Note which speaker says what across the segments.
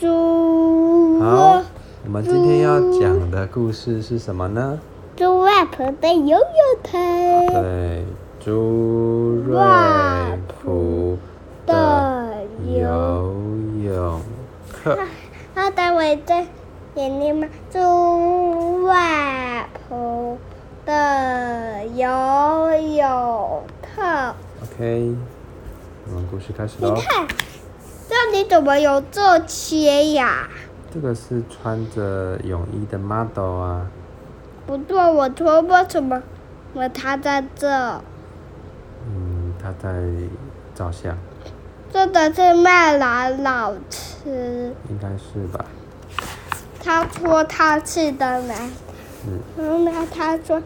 Speaker 1: 猪
Speaker 2: 好，我们今天要讲的故事是什么呢？
Speaker 1: 猪 rap 的游泳盆
Speaker 2: 对，朱瑞普的
Speaker 1: 的游。
Speaker 2: 游泳课。
Speaker 1: 好的，我在眼睛吗？猪外婆的游泳课，
Speaker 2: OK，我们故事开始
Speaker 1: 你
Speaker 2: 喽。
Speaker 1: 看，这里怎么有这些呀？
Speaker 2: 这个是穿着泳衣的 model 啊，
Speaker 1: 不对，我说为什么我他在这？
Speaker 2: 嗯，他在照相，
Speaker 1: 这个是麦兰老师，
Speaker 2: 应该是吧？
Speaker 1: 他说他是的男，
Speaker 2: 嗯，
Speaker 1: 然后呢，他说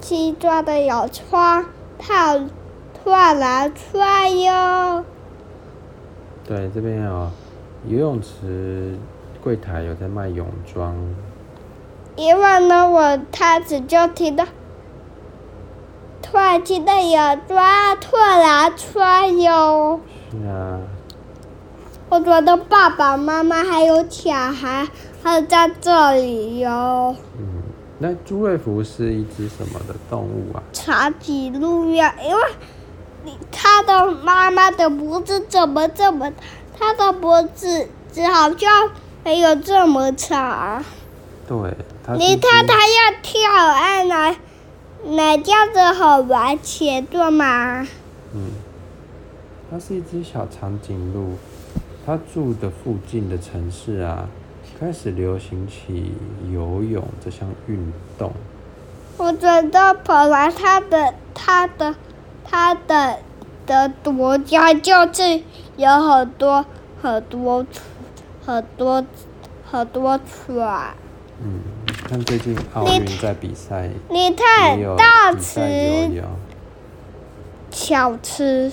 Speaker 1: 西装的有穿套穿蓝穿哟。
Speaker 2: 对，这边有游泳池柜台有在卖泳装，
Speaker 1: 因为呢，我开始就听到，突然听到有抓突然穿哟，
Speaker 2: 是啊，
Speaker 1: 我觉得爸爸妈妈还有小孩还有在这里哟。
Speaker 2: 嗯，那朱瑞福是一只什么的动物啊？
Speaker 1: 查几路呀，因为你他的妈妈的脖子怎么这么，他的脖子只好像没有这么长。
Speaker 2: 对，它是
Speaker 1: 你看
Speaker 2: 只
Speaker 1: 他要跳，哎，哪哪这样子好玩且对吗？
Speaker 2: 嗯，它是一只小长颈鹿，它住的附近的城市啊，开始流行起游泳这项运动。
Speaker 1: 我觉得本来他的他的他的的国家就是有很多很多很多很多船。
Speaker 2: 嗯，看最近奥运在比赛，
Speaker 1: 你看
Speaker 2: 也有
Speaker 1: 大
Speaker 2: 比赛游
Speaker 1: 池、
Speaker 2: 泳。
Speaker 1: 小池、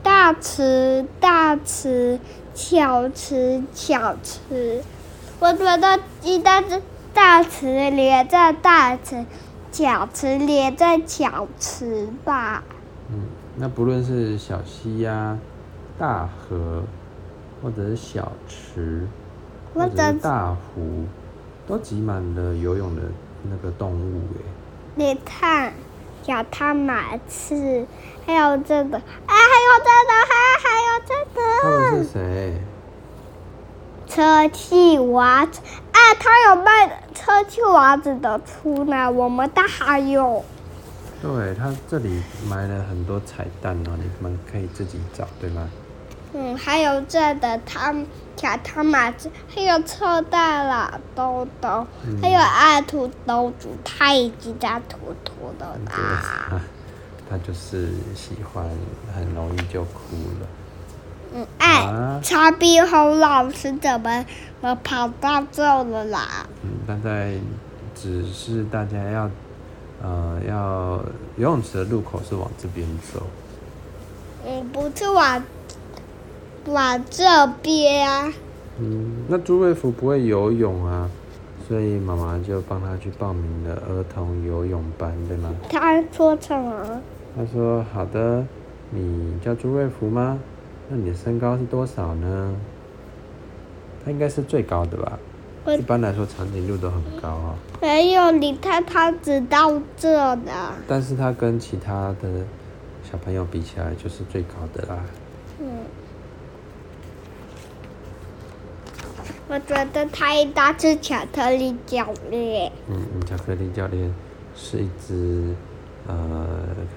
Speaker 1: 大池、大池、小池、小池。我觉得应该是大池连着大池，小池连着小池吧。
Speaker 2: 嗯，那不论是小溪呀、大河，或者是小池，
Speaker 1: 我
Speaker 2: 或者
Speaker 1: 的
Speaker 2: 是大湖，都挤满了游泳的那个动物欸诶。
Speaker 1: 你看，小汤马刺，还有这个，啊，还有这个，还还有
Speaker 2: 他们
Speaker 1: 这
Speaker 2: 是
Speaker 1: 个，
Speaker 2: 谁？
Speaker 1: 车汽娃子，啊，他有卖车汽娃子的出呢，我们的还有，
Speaker 2: 对，它这里埋了很多彩蛋哦，你们可以自己找，对吗？
Speaker 1: 嗯，还有这的汤小汤马刺，还有车大喇兜兜，还有爱兔兜主，他已经在涂涂的啦。
Speaker 2: 啊， 他就是喜欢，很容易就哭了。
Speaker 1: 嗯，哎
Speaker 2: 啊，
Speaker 1: 长鼻猴老师怎么我跑到这了啦？
Speaker 2: 嗯，但在只是大家要，呃，要游泳池的入口是往这边走。
Speaker 1: 嗯，不是往往这边啊。
Speaker 2: 嗯，那朱瑞福不会游泳啊，所以妈妈就帮他去报名了儿童游泳班，对吗？
Speaker 1: 他说什么？
Speaker 2: 他说：“好的，你叫朱瑞福吗？那你的身高是多少呢？”他应该是最高的吧？
Speaker 1: 我
Speaker 2: 一般来说，长颈鹿都很高啊、
Speaker 1: 没有，你看他只到这呢。
Speaker 2: 但是他跟其他的小朋友比起来，就是最高的啦。
Speaker 1: 嗯，我觉得他应该是巧克力教练。
Speaker 2: 嗯，嗯，巧克力教练是一只，呃，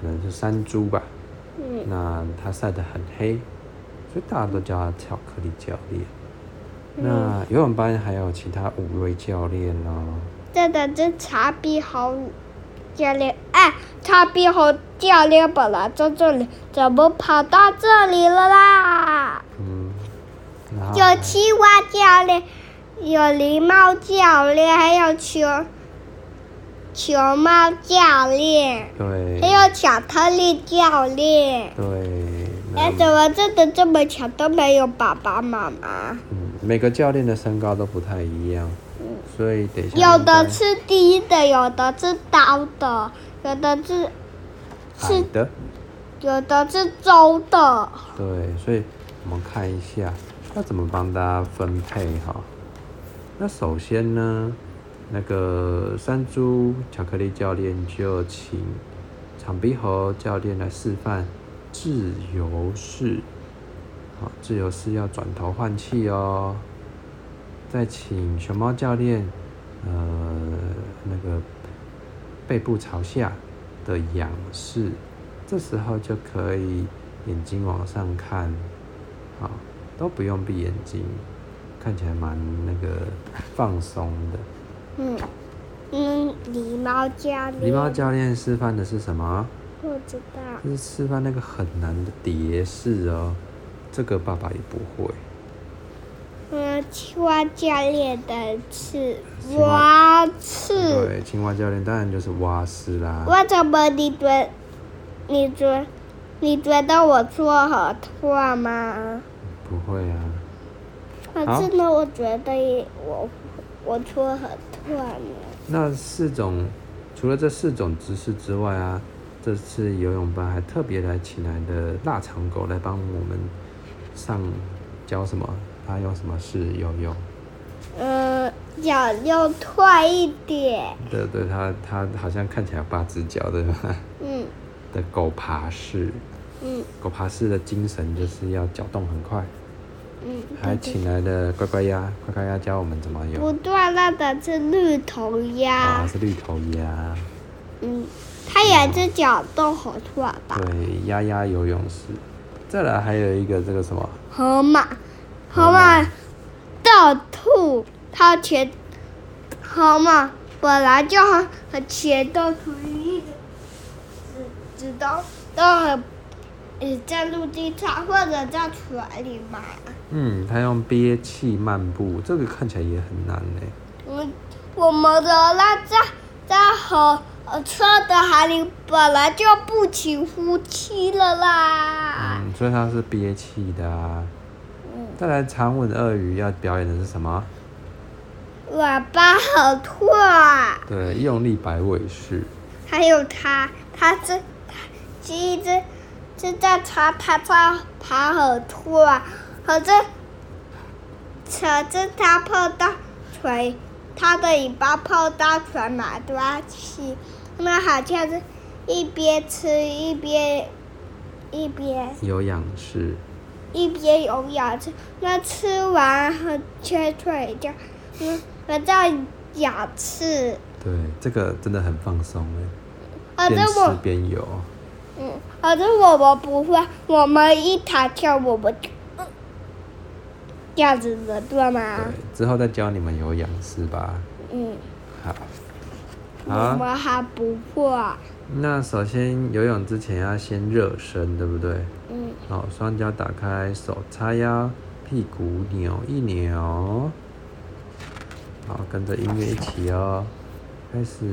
Speaker 2: 可能是山猪吧。
Speaker 1: 嗯，
Speaker 2: 那它晒得很黑，所以大家都叫它巧克力教练。
Speaker 1: 嗯
Speaker 2: 那游泳班还有其他五位教练哦。
Speaker 1: 这个是茶壁猴教练。哎，茶壁猴教练本来在这里，怎么跑到这里了啦？
Speaker 2: 嗯，然后还
Speaker 1: 有青蛙教练，有狸猫教练，还有球球猫教练，
Speaker 2: 对
Speaker 1: 还有巧克力教练。
Speaker 2: 对，
Speaker 1: 哎，
Speaker 2: 那
Speaker 1: 怎么真的这么巧都没有爸爸妈妈？
Speaker 2: 嗯，每个教练的身高都不太一样，所以等一
Speaker 1: 嗯
Speaker 2: 下
Speaker 1: 有
Speaker 2: 应该
Speaker 1: 的是低的，有的是高的，有的是
Speaker 2: 矮
Speaker 1: 是
Speaker 2: 的，
Speaker 1: 有的是中的。
Speaker 2: 对，所以我们看一下，要怎么帮大家分配哈？那首先呢，那个山猪巧克力教练就请长鼻猴教练来示范自由式。好，自由式要转头换气哦。再请熊猫教练，呃，那个背部朝下的仰视，这时候就可以眼睛往上看，好，都不用闭眼睛，看起来蛮那个放松的。
Speaker 1: 嗯嗯，狸猫教练，
Speaker 2: 狸猫教练示范的是什么？啊
Speaker 1: 不知道，
Speaker 2: 就是示范那个很难的蝶式哦，这个爸爸也不会。
Speaker 1: 嗯，青蛙教练的是
Speaker 2: 青蛙
Speaker 1: 蛙翅，
Speaker 2: 对，青蛙教练当然就是蛙式啦。
Speaker 1: 为什么你觉你觉你觉得我说好话吗？
Speaker 2: 不会啊，
Speaker 1: 可是呢，我觉得我我说很错呢。
Speaker 2: 那四种，除了这四种姿势之外啊，这次游泳班还特别来请来的腊肠狗来帮我们上教什么，他用什么式游泳。
Speaker 1: 嗯，脚要快一点。
Speaker 2: 对对，他他好像看起来有八只脚对吧？
Speaker 1: 嗯
Speaker 2: 的狗爬式，
Speaker 1: 嗯
Speaker 2: 狗爬式的精神就是要搅动很快。
Speaker 1: 嗯。
Speaker 2: 还请来的乖乖鸭，乖乖鸭教我们怎么
Speaker 1: 不
Speaker 2: 游。
Speaker 1: 断那的是绿头
Speaker 2: 啊，
Speaker 1: 鸭，
Speaker 2: 是绿头鸭，
Speaker 1: 嗯，它也是脚动好快吧？
Speaker 2: 对，鸭鸭游泳式。再来还有一个这个什么？
Speaker 1: 河马，河
Speaker 2: 河马
Speaker 1: 马到吐，它前河马本来就很很前到吐，一直直直到到很，呃，在陆地上或者在船里嘛。
Speaker 2: 嗯，他用憋气漫步，这个看起来也很难呢。
Speaker 1: 我我们的那在在河呃车的海里本来就不起呼吸了啦。
Speaker 2: 嗯，所以他是憋气的啊。
Speaker 1: 啊嗯
Speaker 2: 再来，长吻鳄鱼要表演的是什么？
Speaker 1: 尾巴很痛啊，
Speaker 2: 对，用力摆尾式。
Speaker 1: 还有它，它这它这一只这在爬爬爬爬很痛啊，可是可是它碰到水，它的尾巴碰到水马抓起，那好像是一边吃一边一边
Speaker 2: 有氧式。
Speaker 1: 一边有氧吃，那吃完很缺水就嗯，我叫氧吃。哦
Speaker 2: 对，这个真的很放松
Speaker 1: 反
Speaker 2: 哎，边
Speaker 1: 正
Speaker 2: 吃
Speaker 1: 啊我，
Speaker 2: 边游。
Speaker 1: 嗯，反正我们不会，我们一弹跳，我们就、嗯这样子的，对吗
Speaker 2: 对？，之后再教你们有氧式吧。
Speaker 1: 啊嗯，
Speaker 2: 好。
Speaker 1: 我
Speaker 2: 好，
Speaker 1: 们还不会，
Speaker 2: 那首先游泳之前要先热身，对不对？
Speaker 1: 嗯，
Speaker 2: 好，双脚打开，手叉腰，屁股扭一扭。好，跟着音乐一起哦。开始，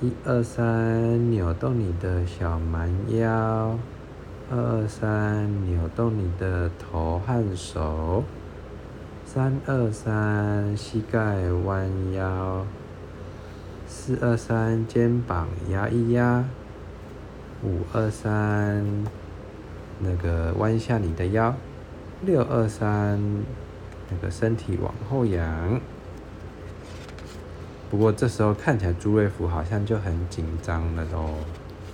Speaker 2: 一二三，扭动你的小蛮腰；二二三，扭动你的头和手；三二三，膝盖弯腰；四二三，肩膀压一压；五二三，那个弯下你的腰，六二三，那个身体往后仰。不过这时候看起来朱瑞福好像就很紧张了喽。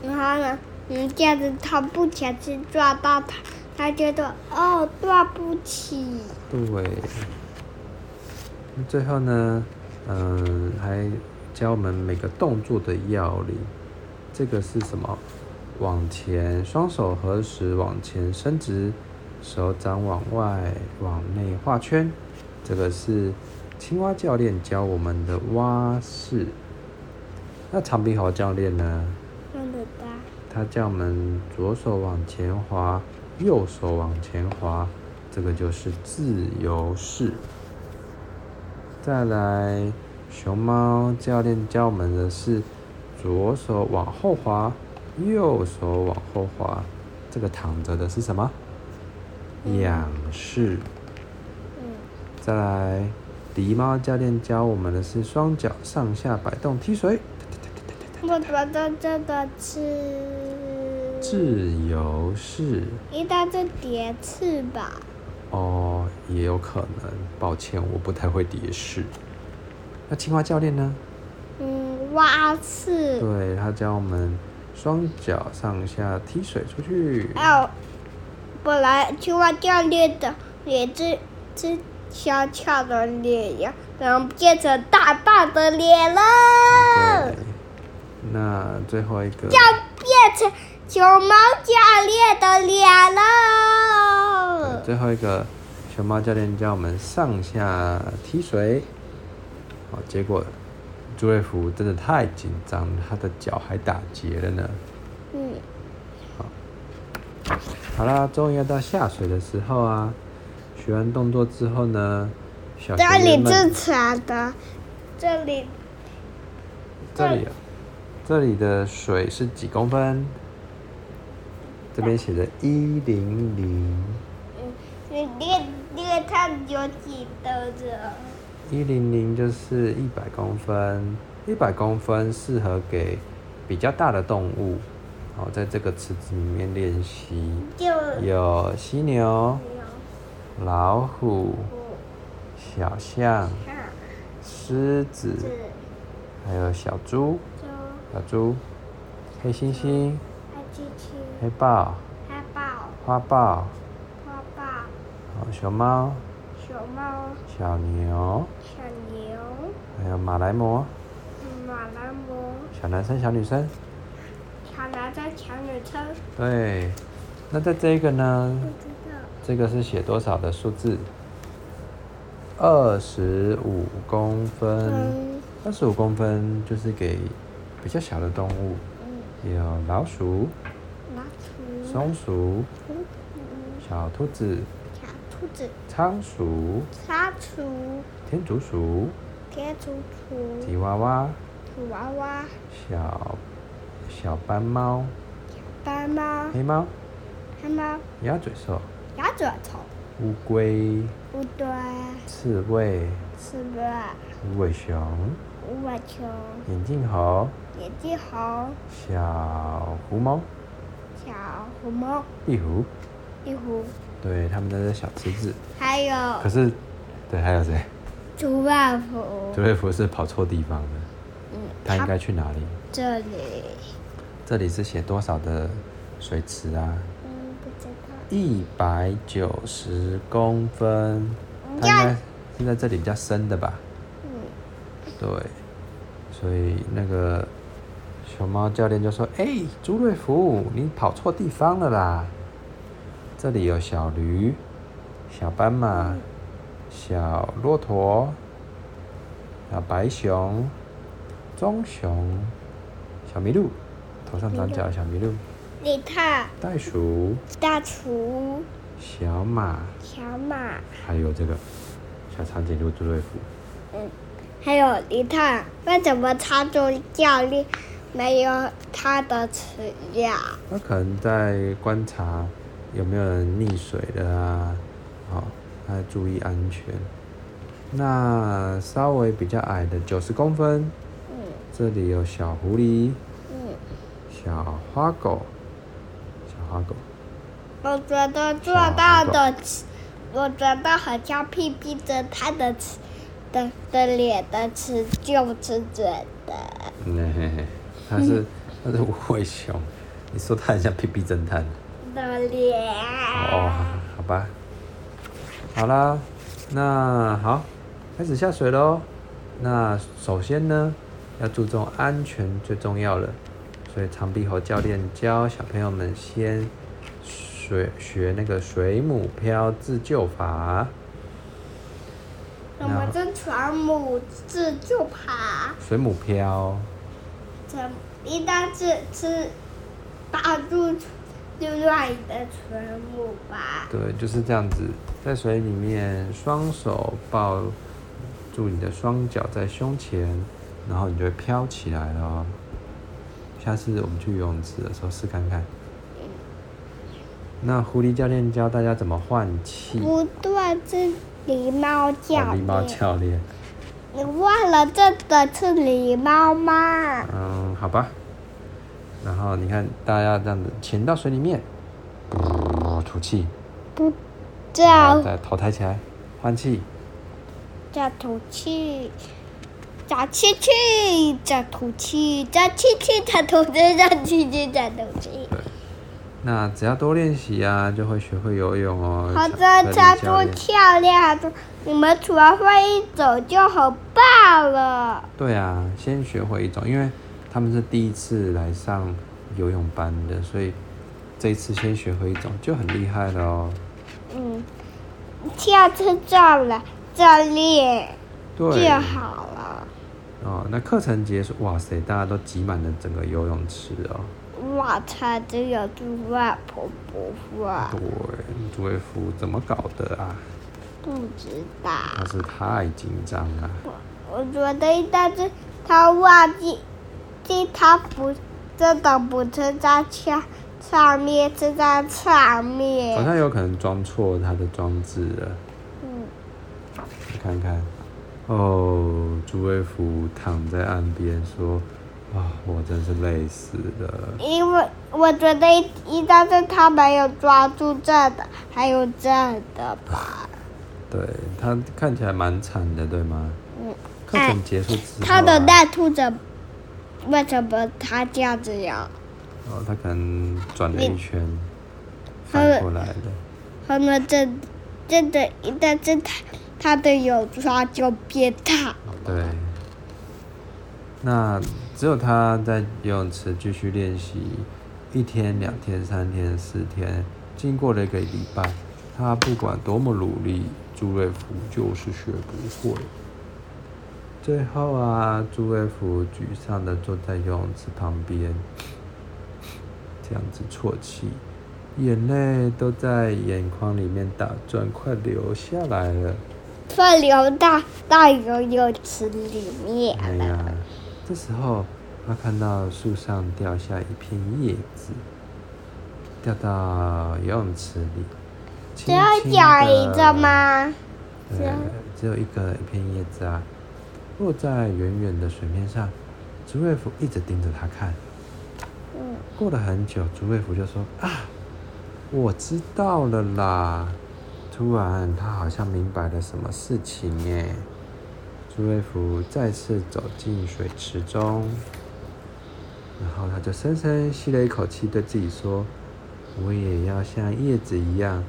Speaker 1: 然后呢，嗯，这样子他不小心抓到他，他觉得哦，对不起，
Speaker 2: 对。最后呢，嗯、还教我们每个动作的要领。这个是什么？往前，双手合十，往前伸直，手掌往外往内画圈。这个是青蛙教练教我们的蛙式。那长鼻猴教练呢？
Speaker 1: 真的吧？
Speaker 2: 他叫我们左手往前滑，右手往前滑，这个就是自由式。再来，熊猫教练教我们的是左手往后滑，右手往后滑，这个躺着的是什么？仰式。
Speaker 1: 嗯
Speaker 2: 再来，狸猫教练教我们的是双脚上下摆动踢水，
Speaker 1: 我觉得哦这个是，
Speaker 2: 自由式。
Speaker 1: 应该是蝶翅吧？
Speaker 2: 哦，也有可能。抱歉，我不太会蝶式。那青蛙教练呢？
Speaker 1: 嗯，蛙式。
Speaker 2: 对他教我们双脚上下踢水出去。
Speaker 1: 哦，本来青蛙教练的脸是是小巧的脸呀，然后变成大大的脸了，
Speaker 2: 对，那最后一个
Speaker 1: 要变成熊猫教练的脸
Speaker 2: 对
Speaker 1: 了。
Speaker 2: 最后一个熊猫教练教我们上下踢水。好，结果朱瑞福真的太紧张了，他的脚还打结了呢。
Speaker 1: 嗯，
Speaker 2: 好啦，终于要到下水的时候啊！学完动作之后呢，小学
Speaker 1: 这
Speaker 2: 员
Speaker 1: 里
Speaker 2: 们
Speaker 1: 正常的，这里
Speaker 2: 这里啊，这里的水是几公分？这边写着一零零
Speaker 1: 嗯，你你你看有几兜着？
Speaker 2: 一零零，就是一百公分。一百公分适合给比较大的动物，好在这个池子里面练习。
Speaker 1: 就
Speaker 2: 有犀牛、老虎、小象、狮子，还有小猪、小猪、黑猩猩、黑豹、花豹、好熊猫、
Speaker 1: 熊猫、
Speaker 2: 小牛，
Speaker 1: 小牛、
Speaker 2: 还有哎马来貘，
Speaker 1: 马来貘、
Speaker 2: 小男生、小女生。
Speaker 1: 小男生、小女生，
Speaker 2: 对，那在这个呢，
Speaker 1: 不知道
Speaker 2: 这个是写多少的数字？二十五公分。
Speaker 1: 嗯，
Speaker 2: 二十五公分就是给比较小的动物，有老鼠、
Speaker 1: 老鼠、
Speaker 2: 松鼠、
Speaker 1: 兔子、
Speaker 2: 小兔子、
Speaker 1: 小兔子、
Speaker 2: 仓鼠、
Speaker 1: 仓鼠、
Speaker 2: 天竺鼠、
Speaker 1: 天竺鼠、
Speaker 2: 吉娃娃、
Speaker 1: 土娃娃、
Speaker 2: 小小斑猫、
Speaker 1: 斑猫、
Speaker 2: 黑猫、
Speaker 1: 黑猫、
Speaker 2: 鸭嘴兽、
Speaker 1: 鸭嘴虫、
Speaker 2: 乌龟、
Speaker 1: 乌龟、
Speaker 2: 刺猬、
Speaker 1: 刺猬、
Speaker 2: 无尾熊、
Speaker 1: 五尾熊、
Speaker 2: 眼镜猴、
Speaker 1: 野鸡猴、
Speaker 2: 小狐獴、
Speaker 1: 小狐獴、
Speaker 2: 壁虎。
Speaker 1: 壁虎，
Speaker 2: 对，它们都是小池子。
Speaker 1: 还有
Speaker 2: 可是，对，还有谁？
Speaker 1: 猪外婆
Speaker 2: 德瑞福是跑错地方了，他应该去哪里？
Speaker 1: 这里，
Speaker 2: 这里是写多少的水池啊？
Speaker 1: 嗯，不知道。
Speaker 2: 一百九十公分，它应该是在这里比较深的吧？
Speaker 1: 嗯，
Speaker 2: 对，所以那个熊猫教练就说：“哎、朱瑞福，你跑错地方了啦！这里有小驴、小斑马、小骆驼、小白熊、棕熊、小麋鹿，头上长角的小麋鹿、
Speaker 1: 你看，
Speaker 2: 袋鼠、
Speaker 1: 大厨、
Speaker 2: 小马，
Speaker 1: 小马，
Speaker 2: 还有这个小长颈鹿朱瑞福。”
Speaker 1: 嗯，还有你看，为什么他做教练没有他的词呀？
Speaker 2: 他可能在观察有没有人溺水的啊，好，他在注意安全。那稍微比较矮的九十公分，
Speaker 1: 嗯
Speaker 2: 这里有小狐狸、
Speaker 1: 嗯，
Speaker 2: 小花狗、小花狗，
Speaker 1: 我觉得做到的词，我觉得很像屁屁侦探的词的的脸的词就是准的。
Speaker 2: 嗯嘿嘿嘿，它是它是无尾熊，你说它很像屁屁侦探。
Speaker 1: 的脸。
Speaker 2: 哦，好吧，好啦，那好，开始下水喽。那首先呢，要注重安全最重要了，所以长臂猴教练教小朋友们先学学那个水母漂自救法。
Speaker 1: 我们这船母自就爬，
Speaker 2: 水母漂，
Speaker 1: 怎一旦是是八住另外的船母吧？
Speaker 2: 对，就是这样子，在水里面，双手抱住你的双脚在胸前，然后你就会飘起来了哦。下次我们去游泳池的时候试看看。那狐狸教练教大家怎么换气，
Speaker 1: 不对，是狸猫教
Speaker 2: 嗯哦，狸
Speaker 1: 练。
Speaker 2: 猫教练。
Speaker 1: 你忘了这个是狸猫吗？
Speaker 2: 嗯，好吧。然后你看，大家这样子潜到水里面，吐气，
Speaker 1: 不这
Speaker 2: 然后
Speaker 1: 样
Speaker 2: 再头抬起来，换气，
Speaker 1: 再吐气，再气气，再吐气，再气气，再吐气，再气气，再吐气。
Speaker 2: 那只要多练习啊，就会学会游泳哦。
Speaker 1: 好
Speaker 2: 小
Speaker 1: 的，
Speaker 2: 丽
Speaker 1: 操
Speaker 2: 教
Speaker 1: 作
Speaker 2: 练
Speaker 1: 漂亮的，你们除了会一走就很棒了。
Speaker 2: 对啊，先学会一种，因为他们是第一次来上游泳班的，所以这一次先学会一种就很厉害了哦。
Speaker 1: 嗯，下次再来再练就
Speaker 2: 对，
Speaker 1: 好了。
Speaker 2: 哦，那课程结束，哇塞，大家都挤满了整个游泳池哦。
Speaker 1: 我才只有住外婆不会，
Speaker 2: 对，朱伟夫怎么搞的啊？
Speaker 1: 不知道。
Speaker 2: 他是太紧张啊了。
Speaker 1: 我觉得但是他忘记，记他不，这种不是在下上面，是在上
Speaker 2: 好
Speaker 1: 面。
Speaker 2: 像有可能装错他的装置了，
Speaker 1: 嗯，
Speaker 2: 你看看。哦，朱威福躺在岸边说：“啊、我真是累死了。
Speaker 1: 因为我觉得一一但是他没有抓住这的，还有这的吧。
Speaker 2: 对”他看起来蛮惨的，对吗？
Speaker 1: 嗯，
Speaker 2: 课程结束之后、啊，
Speaker 1: 他的那兔子为什么他这样子呀？
Speaker 2: 哦，他可能转了一圈，
Speaker 1: 他
Speaker 2: 翻
Speaker 1: 的
Speaker 2: 过来了。
Speaker 1: 他们这这的一但是他他的有抓就变大。
Speaker 2: 对，那只有他在游泳池继续练习，一天、两天、三天、四天，经过了一个礼拜，他不管多么努力，朱瑞福就是学不会。最后啊，朱瑞福沮丧地坐在游泳池旁边，这样子啜泣，眼泪都在眼眶里面打转，快流下来了。
Speaker 1: 分流到到游泳池里面
Speaker 2: 哎
Speaker 1: 了。
Speaker 2: 呀，这时候他看到树上掉下一片叶子，掉到游泳池里，
Speaker 1: 只
Speaker 2: 轻
Speaker 1: 有
Speaker 2: 轻
Speaker 1: 脚一
Speaker 2: 地
Speaker 1: 个？吗？
Speaker 2: 对，只有一个一片叶子啊，落在远远的水面上。朱瑞福一直盯着他看。
Speaker 1: 嗯，
Speaker 2: 过了很久，朱瑞福就说：“啊，我知道了啦！”突然，他好像明白了什么事情耶。朱瑞福再次走进水池中，然后他就深深吸了一口气，对自己说：“我也要像叶子一样，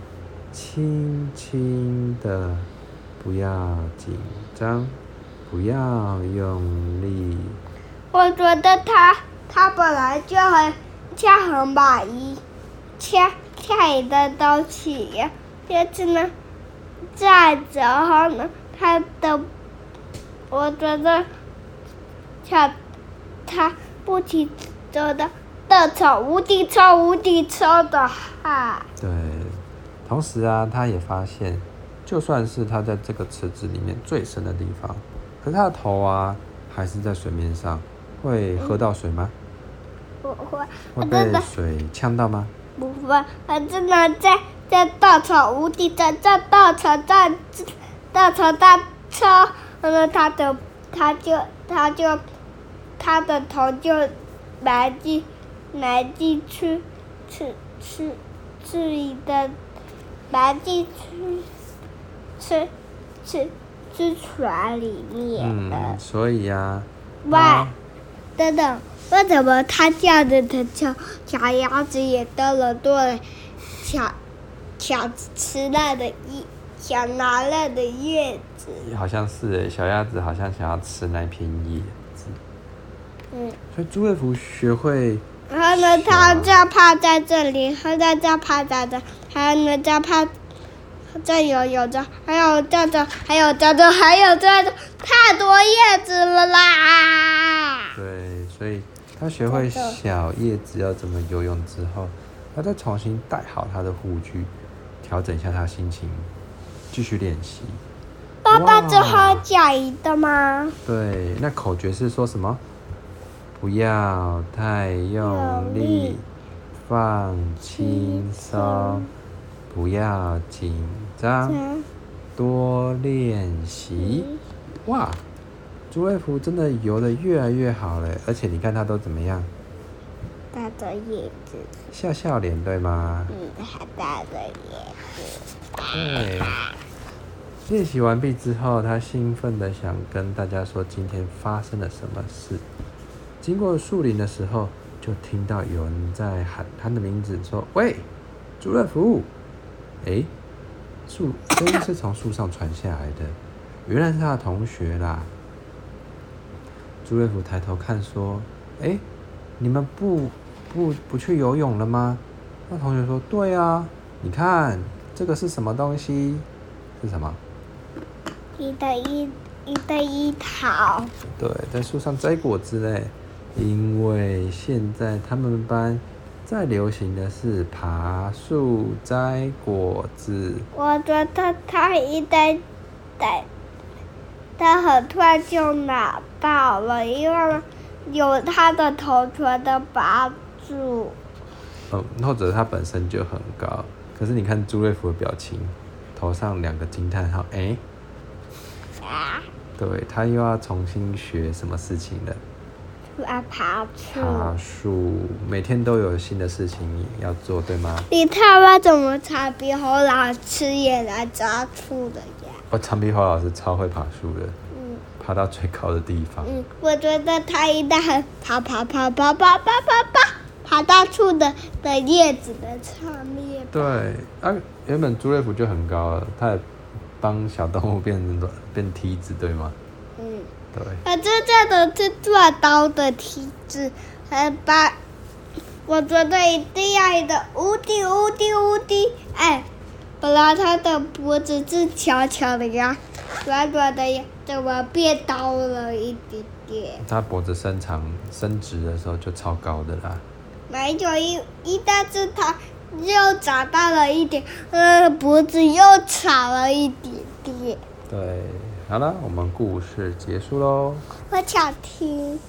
Speaker 2: 轻轻的，不要紧张，不要用力。”
Speaker 1: 我觉得他他本来就很像很满意，像像一个东西，但是呢，站着然后呢，他的我觉得像他不停地的的抽无敌抽无敌抽的哈。
Speaker 2: 对，同时啊，他也发现，就算是他在这个池子里面最深的地方，可是他的头啊，还是在水面上，会喝到水吗？
Speaker 1: 我会，
Speaker 2: 会
Speaker 1: 我
Speaker 2: 被
Speaker 1: 真的
Speaker 2: 水呛到吗？
Speaker 1: 不会，我真的在在稻草屋顶上，在稻草上，稻草上车，然后他的他就他就他的头就埋进埋进去去去去里的埋进去去去去船里面了。
Speaker 2: 嗯，所以啊，
Speaker 1: 喂，等等，为什么他这样子的小小鸭子也得了对小小吃那的叶，小拿了的叶子？
Speaker 2: 好像是诶小鸭子好像想要吃那片叶子，
Speaker 1: 嗯，
Speaker 2: 所以朱瑞福学会
Speaker 1: 然后呢，他再趴在这里，然后再再趴在这，还有呢，再趴。这有有着，还有这着，还有这着，还有这着，太多叶子了啦！
Speaker 2: 对，所以他学会
Speaker 1: 真的
Speaker 2: 小叶子要怎么游泳之后，他再重新戴好他的护具，调整一下他心情，继续练习。
Speaker 1: 爸爸只好
Speaker 2: 哇
Speaker 1: 讲一个吗？
Speaker 2: 对，那口诀是说什么？不要太用
Speaker 1: 用
Speaker 2: 力
Speaker 1: 力，
Speaker 2: 放轻松
Speaker 1: 松，
Speaker 2: 不要紧张，
Speaker 1: 嗯。
Speaker 2: 多练习。哇，朱卫福真的游得越来越好了，而且你看他都怎么样？
Speaker 1: 大的叶子，
Speaker 2: 笑笑脸对吗？
Speaker 1: 嗯，还大的叶子。
Speaker 2: 对。练习完毕之后，他兴奋的想跟大家说今天发生了什么事。经过树林的时候，就听到有人在喊他的名字，说：“喂，主任服务！”诶，树声音是从树上传下来的，原来是他的同学啦。朱瑞福抬头看说：“诶，你们不不不去游泳了吗？”那同学说：“对啊，你看这个是什么东西？是什么？
Speaker 1: 一的一一的一桃，
Speaker 2: 对，在树上摘果子嘞。因为现在他们班在流行的是爬树摘果子。
Speaker 1: 我觉得他一呆呆，他很快就拿到了，因为有他的同学的帮助。
Speaker 2: 嗯，或者他本身就很高，可是你看朱瑞福的表情，头上两个惊叹号，哎、
Speaker 1: 啊，
Speaker 2: 对他又要重新学什么事情了？
Speaker 1: 啊，爬树。
Speaker 2: 爬树，每天都有新的事情要做，对吗？
Speaker 1: 你看我怎么查鼻猴老师也来抓兔的呀？
Speaker 2: 哦，长皮花老师超会爬树的，
Speaker 1: 嗯
Speaker 2: 爬到最高的地方。
Speaker 1: 嗯，我觉得他应该很爬爬爬爬爬爬爬爬爬到树的的叶子的上面。
Speaker 2: 对啊，原本朱瑞福就很高了，他也帮小动物变成变梯子，对吗？
Speaker 1: 嗯，
Speaker 2: 对，
Speaker 1: 我真正的是做刀的体质，还把我觉得一定要一个无敌无敌无敌！哎，本来他的脖子是翘翘的呀，软软的呀，怎么变刀了一点点？
Speaker 2: 他脖子伸长伸直的时候就超高的啦。
Speaker 1: 没有一一但是它又长大了一点，呃，脖子又长了一点点。
Speaker 2: 对，好了，我们故事结束喽。
Speaker 1: 我想听。